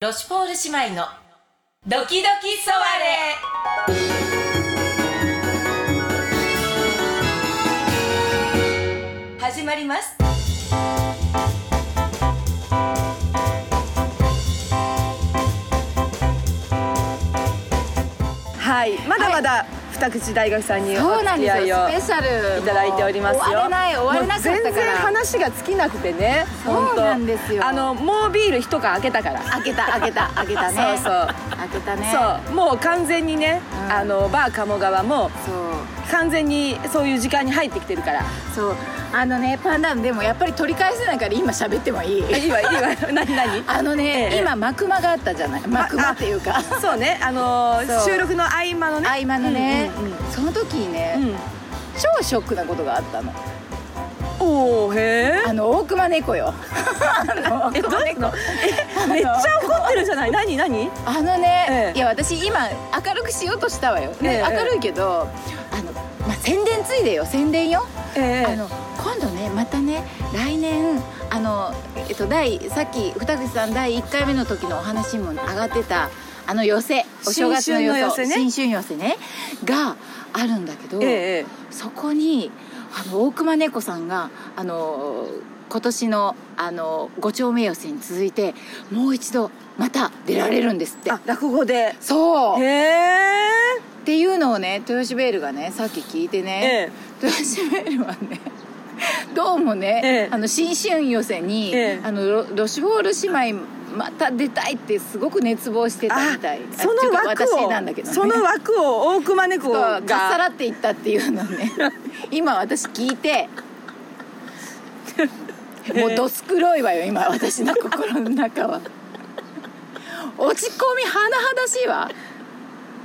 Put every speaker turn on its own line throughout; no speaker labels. ロシュポール姉妹のドキドキソワレ始まります
はい、まだまだ二口大学さんにお
そうな
付
ん
き合
です
いを
よスペシャル
いただいておりますよ。
終われない終われなかったから
もう全然話が尽きなくてね。本当
そうなんですよ
あのもうビール一缶開けたから。
開けた開けた開けたね
そうそう
開けたね
そう、もう完全にね、
うん
あのバー鴨川も
そう
完全にそういう時間に入ってきてるから。
そうあのねパンダンでもやっぱり取り返せないから今喋ってもいい
いいわいい わ。何何？
あのね、
ええ
今幕間があったじゃない幕間っていうか
そうね、あの
そう
収録の合間のね。
合間のね、
うんうんうん
その時にね、
うん。
超ショックなことがあったの
おおへ
あの大熊猫よあの
え。えどういうの？えめっちゃ怒ってるじゃない。何何？
あのね、
ええ
いや私今明るくしようとしたわよ、ね
ええ
明るいけどあの、まあ、宣伝ついでよ宣伝よ
ええ
あの今度ねまたね来年あの、えっと、第さっき二口さん第1回目の時のお話にも上がってたあの寄せお正月の寄せ
新
新春寄せねがあるんだけど、
えええ
そこにあの大熊猫さんがあの今年のあの五丁目寄せに続いてもう一度また出られるんですって
え。あ落語で。
そうっ
へえ。
ていうのをね豊島ベールがねさっき聞いてね、
え
豊島ベルはね どうもね、
ええ
あの新春予選に、
ええ
あのロロシュボール姉妹また出たいってすごく熱望してたみたい
そ
あって
の
いうか
枠を、
私なんだけどね
その枠を大熊猫が
がっさらっていったっていうの ね今私聞いてもうどす黒いわよ今私の心の中 は落ち込み甚だしいわ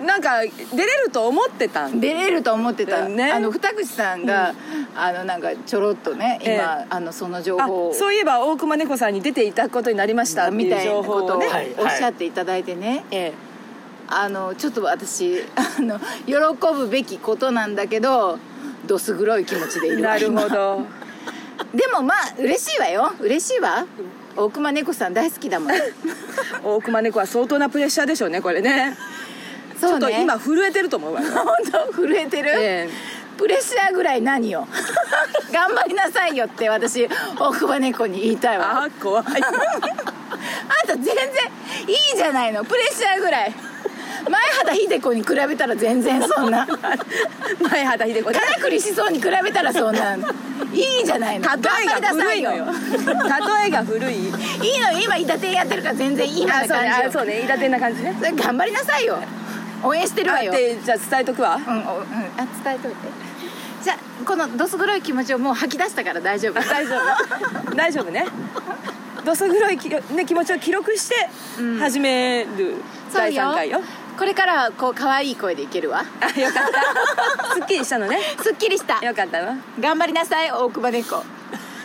なんか出れると思ってたんで
出れると思ってた、
ね
あの二口さんが、あのなんかちょろっとね今、
ええ
あのその情
あ
報を
そういえば大熊猫さんに出ていただくことになりましたって
み
い
た
う
いな
情
こ
報
と
を
を
ね、
はい
おっしゃっていただいてね、
ええ
あのちょっと私あの喜ぶべきことなんだけどどす黒い気持ちでいるわ
なるほ
今
ど
でもまあ嬉しいわよ嬉しいわ大熊猫さん大好き だもん
大熊猫は相当なプレッシャーでしょうねこれねち
そ
ょ
う
っと
ね
今震えてると思うわよ、
本当震えてる、
ええ
プレッシャーぐらい何よ 頑張りなさいよって私大熊猫に言いたいわ
あー怖い
あんた全然いいじゃないのプレッシャーぐらい前畑秀子に比べたら全然そんな
前畑秀子ね
金栗しそうに比べたらそんなんいいじゃないの
例
頑張
え
り
が
なさ
古
い
い
よ
の
い
よ
いのよ
例えが古い
今伊達やってるから全然今
あ
の
そうね
感
あ
じ
そう
よ
ねいたてな感じね
それ頑張りなさいよ応援してる
あ
わ
っ
よ
てじゃあ伝えとくわ
うん、おうん、あ伝えといてじゃあこのどす黒い気持ちをもう吐き出したから大丈 夫
大丈夫大丈夫ねどす黒いき、ね、気持ちを記録して
うん
始める
そう
第
よ
3回よ,、
これからはこう可愛い声でいけるわ
あよかったすっきりしたのね
すっきりした
よかったわ
頑張りなさい大熊猫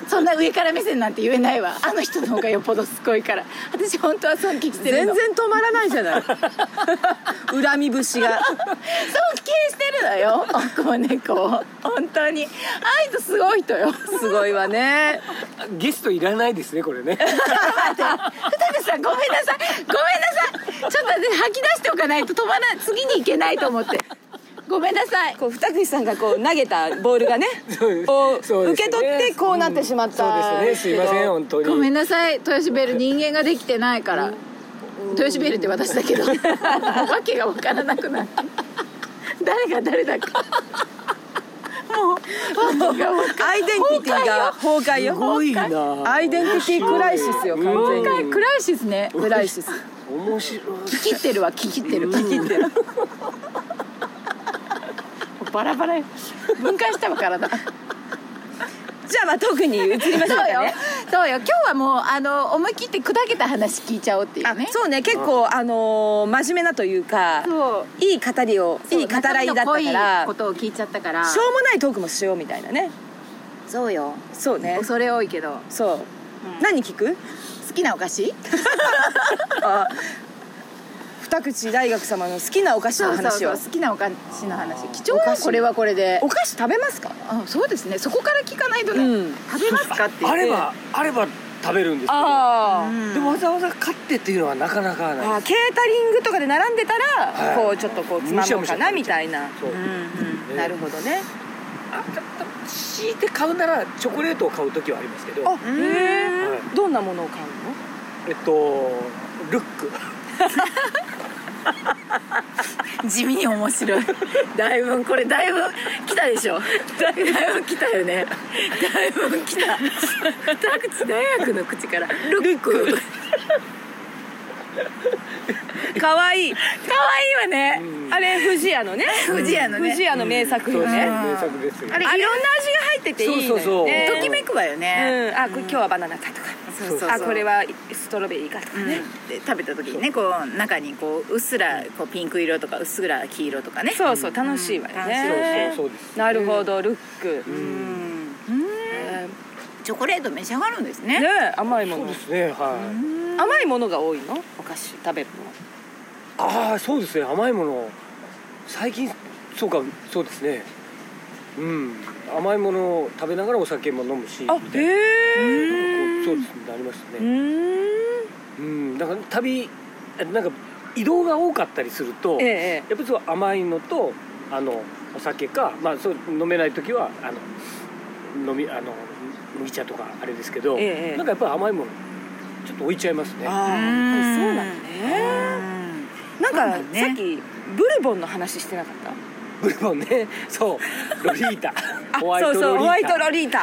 そんな上から目線なんて言えないわあの人の方がよっぽどすごいから私本当は尊敬してるの
止まらないじゃない恨み節が
尊敬してるのよ大熊猫を本当にあいつすごい人よ
すごいわね
ゲストいらないですねこれね
二人さんごめんなさいごめんなさいちょっと私吐き出しておかないと止まらない次に行けないと思ってごめんなさい
こう二口さんがこう投げたボールがね
そうです
こ
そう
受
ですね
け取ってこうなってしまった、
そうですねすいません本当に
ごめんなさい豊島ベル人間ができてないから豊島ベルって私だけ どわけがわからなくなって誰が誰だかもうわけがわか
アイデンティティが崩壊よ
すごいな
アイデンティティクライシスよ完全
ん
に
ないクライシスね
クライシス
面白い
聞きってるわ聞きってる聞きってるバラバラよ分解したわ体
じゃあまあ特に移りましょう
そう
か
よ
ね
そうよ今日はもうあの思い切って砕けた話聞いちゃおうっていう
あ
ね
そうね結構、あのー真面目なというか
そう
いい語りをいい語らいだったか
中身の濃
ら
いことを聞いちゃったから
しょうもないトークもしようみたいなね
そうよ
そうね
恐れ多いけど
そう、何聞く
好きなお菓子
あ二口大学様の好きなお菓子の話を
好きなお菓子の話貴重
お菓
よ
子
これはこれで
お菓子食べますか
あそうですねそこから聞かないとね、
うん
食べますかって言って
あればあれば食べるんですけ
あー
どでもわざわざ買ってっていうのはなかなかない
あーケータリングとかで並んでたら、
はい
こうちょっとこうつまもうかなみたいな
そう
うんうんなるほどね
あたた強いて買うならチョコレートを買う時はありますけど
あへえ、
はい
どんなものを買うの
えっとルック
地味に面白いだいぶこれだいぶ来たでしょだいぶ来たよねだいぶ来た二口大学の口からルック
かわいい
可愛いわね
あれ不二家のね
不二家のね
不二家の名作
そう
よ
ですね
ね、
名作ですよ
あれいろんな味が入ってていいのよ、ね、
そうそうそう
ときめくわよ
う
ね、
ん、あこれ今日はバナナかとか
そうそうそう
あこれはストロベリーかとか
うん
ね、
で食べた時にねこう中にこううっすらこうピンク色とかうっすら黄色とかね
そうそう楽しいわよね、
うんそうそうそうです
なるほどルック、
うん
え
チョコレート召し上がるんです
ー
ね
ね甘いも
そう
の
ですねはい
甘いものが多いのお菓子食べる
ああそうですね甘いもの最近そうかそうですねうん甘いものを食べながらお酒も飲むし
のあ
みたいな
へえ
そうですねあります
う
ね
ーん
うんだから旅あなんか移動が多かったりすると、
えええ
やっぱりそう甘いのとあのお酒か、まあ、そう飲めない時はあの飲みあの麦茶とかあれですけど、
ええ
なんかやっぱり甘いものちょっと置いちゃいますね
えあ
う
ー
ん
そうなのねなん
そう
か
な
さ
の
っ
ね
きブルボンの話してなかった
ブルボンねそうロリータホワイトロ
そ
リータ
うそうホワイトロリータ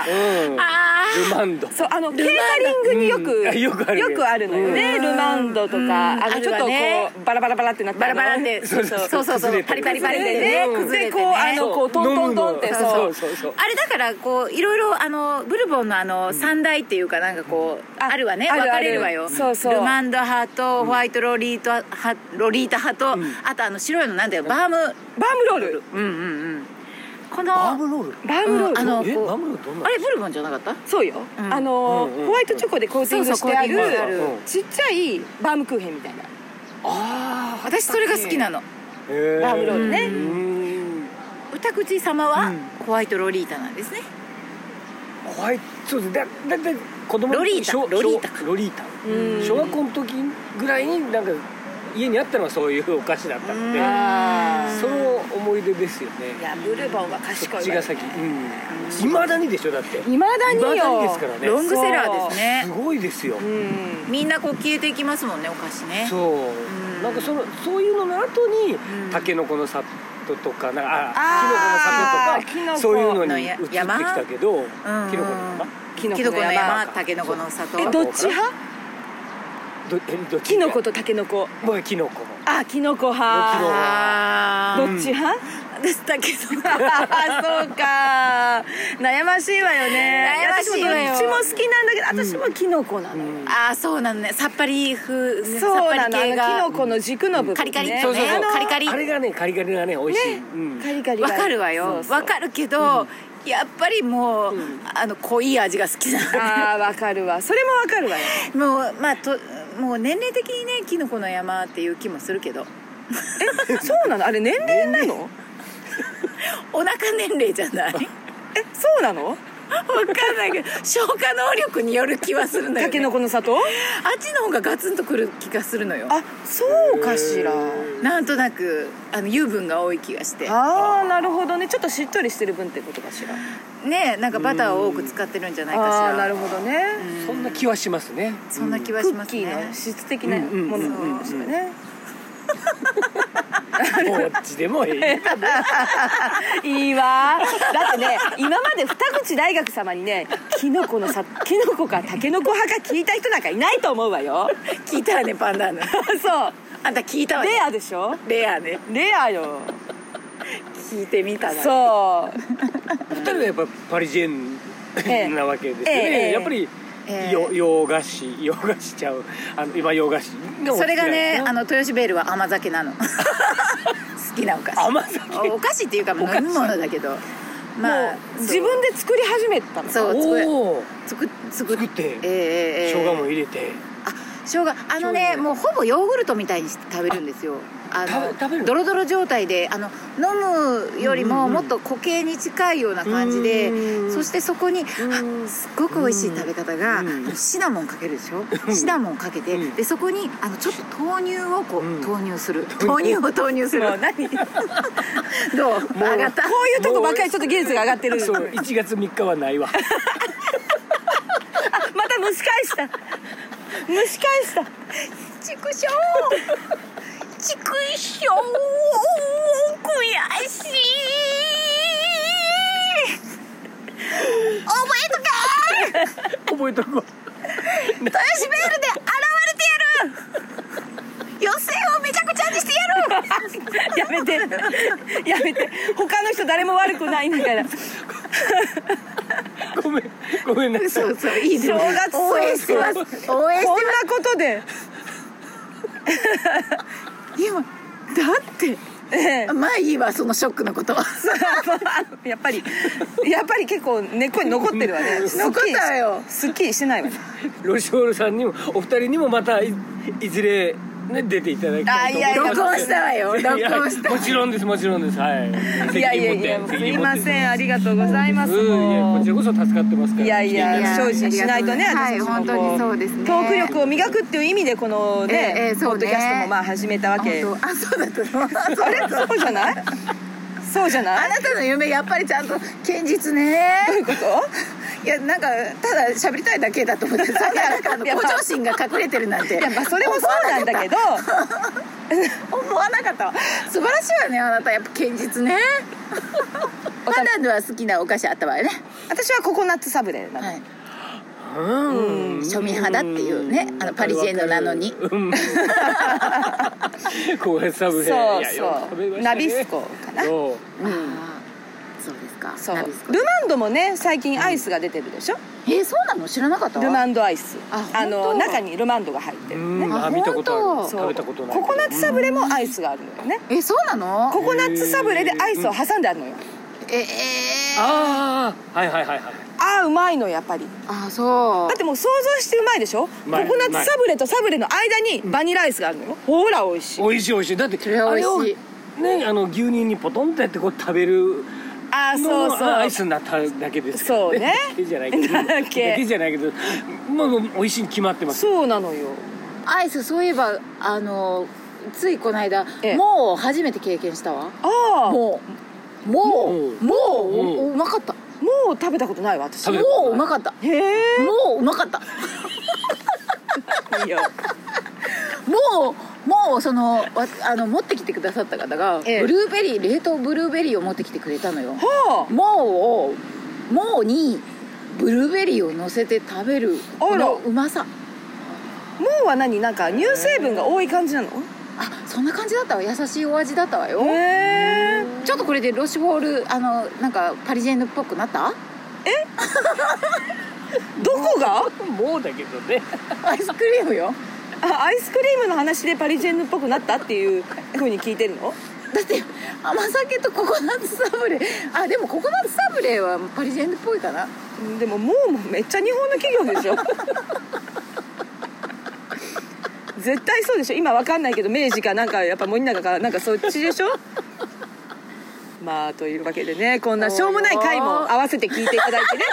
うん
あ
ルマンド
そうあのケータリングによく、
うんよくあるよ
のよね、
うん
ルマンドと
うん
かあ
あ
のち
る
ょっ
わ
とこう、
ね
バラバラバラってなって
バラバラって
そうそう
そうそうそうパリパリパリってね
うん
崩れ
で
て
こ
ね
うあのこうトントントンって
飲む
そ
の
う
そうそうそう
あれだからこういろいろあのブルボンのあの三大っていうかなんかこう
あ
あるわね
ある
分
ある
かれるわよ
そうそう
ルマンド派とホワイトロリータ派ロリータ派と
うん
あとあの白いのなんだよバーム
バームロール
うんうんうんこ
バー
の
ムロール
バームロール、
うんあの
え
こう
バームロールどんな
あれブルボンじゃなかった
そうよ、
うん
あのー、
うんうん
ホワイトチョコでコーティングしてある
そうそう
コーティングしてある
ちっちゃいバームクーヘンみたいな
あ
私それが好きなの
ー
バームロールね
うーん
歌口様は
うん
ホワイトロリータなんですね
ホワイトそうですだだだ子供
ロ
の時
リータ
小
ロリータ
小ロリータ
うん
小学校の時ぐらいになんか家にあったのはそういうお菓子だったので
あ
その思い出ですよね
ーいやブルボンは賢い
こ
わ
っ
ね
ちが先うんいまだにでしょだって
いまだによ
未だにですからね
ロングセラーですね
すごいですよ
うん
みんなこう消えていきますもんねお菓子ね
そうなんかそのそういうのの後にたけのこの里とかなんか
あ
あ
ー
き
キ
のこの里と
ノ
か
コ
そういうの
の
に移
や
ってきたけどきのこの山
キノ
キ
コ
ノ
の
コの
山
山タケノコの里
えどっち派
どえどっち
キノコとタケノコ
僕はきのこ
あキノコ
どっちの
派
あ
どっ
ー
ち派、私だけどそうか悩ましいわよね
悩ましいわよ
私もどっちも好きなんだけど私もキノコなのよ、
あーそうなのねさっぱり風
そ
ねさっ
う
ぱ
なのあ
り
の
系
キ
が
ノコの軸の部分、ね、
カリカリ
ね
そ
そうう
そ
そう
そ
うそうう
カリカリ
あれがねカリカリがね美味しいうん
カリカリが
わかるわ
そ
よ
うそう
わかるけどやっぱりもうあの濃い味が好きなの
あーわかるわそれもわかるわよ
もうまあともう年齢的にねキノコの山っていう気もするけど
えそうなのあれ年齢なの
お腹年齢じゃ ない
えそうなの
わかんないけど消化能力による気はするのよ、
タケ
ね、
ノコの里
あっちの方がガツンとくる気がするのよ
あそうかしら
なんとなくあの油分が多い気がして
あーなるほどねちょっとしっとりしてる分ってことかしら
ねなんかバターを多く使ってるんじゃないかし
あ
ら
あーなるほどね
そんな気はしますね
そんな気は
ク
しま
ッ
す
キ
ね
ーの質的なものなんですよね、
どっちでもいい
いいわだってね今まで二口大学様にねキノコのさキノコかタケノコ派か聞いた人なんかいないと思うわよ
聞いたらねパンダーナ
そう
あんた聞いたわ
レ
ね
アでしょ
レアね
レアよ
聞いてみたう
そう
二人はやっぱパリジェン
ええ
なわけですよ
ええ
ねやっぱり
ええ
よ洋菓子洋菓子ちゃうあの今洋菓子がお好きなんです
それがねあの豊洲ベールは甘酒な の好きなお菓子
甘酒
お菓子っていうかもう飲み物だけどまあ
もう
そう
自分で作り始めたの
そう
おお
作作
作って
ええええええ
生姜も入れて
あ生姜あの
生
ね
姜
もうほぼヨーグルトみたいにして食べるんですよあの
食べ食べる
ドロドロ状態であの飲むより
うんうん
も
うん
もっと固形に近いような感じで、
うん
そしてそこに、
ん
あすっごく美味しい食べ方が、
うん
あのシナモンかけるでし
う
ょ
ん
シナモンかけて、
うん
でそこにあのちょっと豆乳をこう、
うん
投入する豆乳を投入する
もう 何こ
どう上がった
ういうとこばっかりちょっと技術が上がってる
そう1月3日 はないわ
あまた蒸し返した蒸し返した
ちくしょうちくしょう悔しい覚えとか
覚えとく
豊
わ
島ベールで現れてやる予選をめちゃくちゃにして やる
やめてやめて他の人誰も悪くないんだ から
ごめんごめんなさい
そうそういい
正月早々
応援してます応援して
こんなことで、
今だって
ええ
まあいいわそのショックのことは
やっぱりやっぱり結構根っこに残ってるわね
残ったわよ
すっきりすっきりしてないわね
ロショールさんにもお二人にもまたいいずれ、ね、出ていただきたいと思います
録音したわよ録
いや
音した
もちろんですもちろんですはい
いやいやい
責任
や
持っ
すいま
て責任持って
せんありがとうございます
うんいや
も
こ
う
ちらこそ助かってますから
いやいや
来てただて
精進しないとね
は
私たち
い
もこ
本当にそうですね
トーク力を磨くっていう意味でこのね,、
ええええ
ポッ
そうね
ドキャストもまあ始めたわけ
あそうだったの
あれそうじゃないそうじゃな
あ
い
なたの夢やっぱりちゃんと堅実ね
どういうこと
いやなんかただ喋りたいだけだと 思ってそんななんかあの
いや
向
まあ
上心が隠れてるなんて
いやまあそれもそうなんだけ ど
思わなかったわ素晴らしいわねあなたやっぱ堅実ね
お
パンダンは好きなお菓子あったわよね、
私はココナッツサブレなの、
はい、
うん
庶民派だっていうねあのパリジェンヌなのに
うんこうやってサブレ
そう
いやよく食
そう
べました
ナ
ね
ビスコかな
そう
あーそうですか
そう
ナ
ル
ビスコ
マンドもね最近アイスが出てるでしょ、
えーそうなの知らなかったわ
ルマンドアイス
あ
あ
本当
の中にルマンドが入って
う
る
ん
ね
あ見たことある
本当
食べたことない
ココナッツサブレもアイスがあるのよね、
えーそうなの
ココナッツサブレでアイスを挟んであるのよ
ええー、
ああはいはいはいはい
あーうまいのやっぱりだ
あそう
ってもう想像してうまいでしょコ
う
コ
まい
ナッツサブレとサブレの間にバニラアイスがあるのよほら美味しい
美味しい美味しいだってそ
れは美味しい
ねあの牛乳にポトンってやってこう食べる
ああ
の
そう
まあアイ
そ
スになっただけです
そうね
だけじゃないけど
だけ
じゃないけどもう美味しいに決まって
う
ます
そうなのよ
アイスそういえばあのついこの間、
ええ
もう初めて経験したわ
ああも
もうもうもう
もう
おうまかった
う食べたことないわ私
食べ
へ
たことない
もううまかったも
え
ううまかった
いいよ
もうもうそのわあの持ってきてくださった方が、
ええ
ブルーベリー冷凍ブルーベリーを持ってきてくれたのよ
は
もうをもうにブルーベリーを乗せて食べる
あら
このうまさ
あもうは何なんか乳成分が多い感じなの
あそんな感じだったわ優しいお味だったわよ
へえ
ちょっとこれでロシュボールあのなんかパリジェンヌっぽくなった
どこが
もうだけどね
アイスクリームよ
あアイスクリームの話でパリジェンヌっぽくなったっていうふうに聞いてるの
だって甘酒とココナッツサブレあでもココナッツサブレはパリジェンヌっぽいか な
うんでももうもめっちゃ日本の企業でしょ絶対そうでしょ今わかんないけど明治かなんかやっぱ森永かなんかそっちでしょまあというわけでねこんなしょうもない回も合わせて聞いていただいてね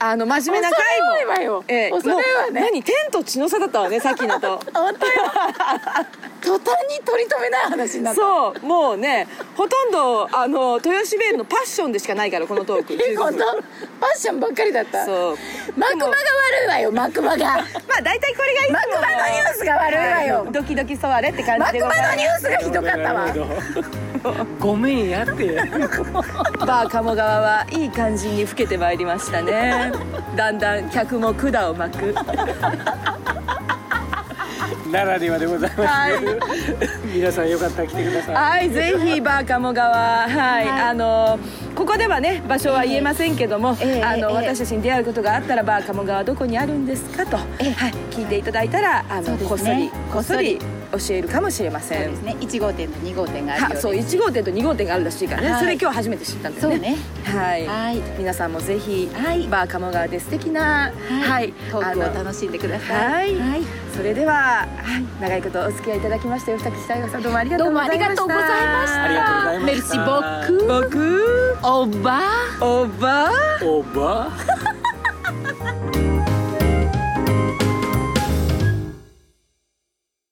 あの真面目な回も
恐れ多いわよ
ええ
恐れ多いわね
もう何天と地の差だったわねさっきのと
本当よ途端に取り留めない話になった
そうもうねほとんどあの豊洲ベールのパッションでしかないからこのトーク
え本当ファッションばっかりだった
そう
マクマが悪いわよマクマが
まあ大体これがいい
マ
と
ク
思う
マのニュースが悪いわよ
ドキドキ触れって感
マ
じ
ク
で
マ
ございます
のニュースがひどかったわ
なるほどごめんやって
バー鴨川はいい感じに老けてまいりましたねだんだん客も管を巻く
ならではでございます、
はい
皆さんよかったら来てください
はいぜひバー鴨川はい、あのここではね場所は言えませんけども、
ええ
あ
え
の
え
私たちに出会うことがあったらバー鴨川どこにあるんですかと、はい、聞いていただいたらあの、
そうですね
こっそりこっ
こっ
そ
そ
り
り
教えるかもしれませ
そうんですね1号店と2号店があるよ
は
うです
そう1号店と2号店があるらしいからね、
はい
それ今日初めて知ったんだよねはい
はい
皆さんもぜひ、
はい
バー鴨川で素敵な
はい、トー
あ
クを
の
楽しんでください。
はいそれでは、はい長いことお付き合いいただきまして二木大吾さんどうもありがと
ど
う
う
ご
も
ざ
あ
いま
り
した
がとうございました。
ありがとうございました
メルシボック、
僕
オーバー。
おば
おば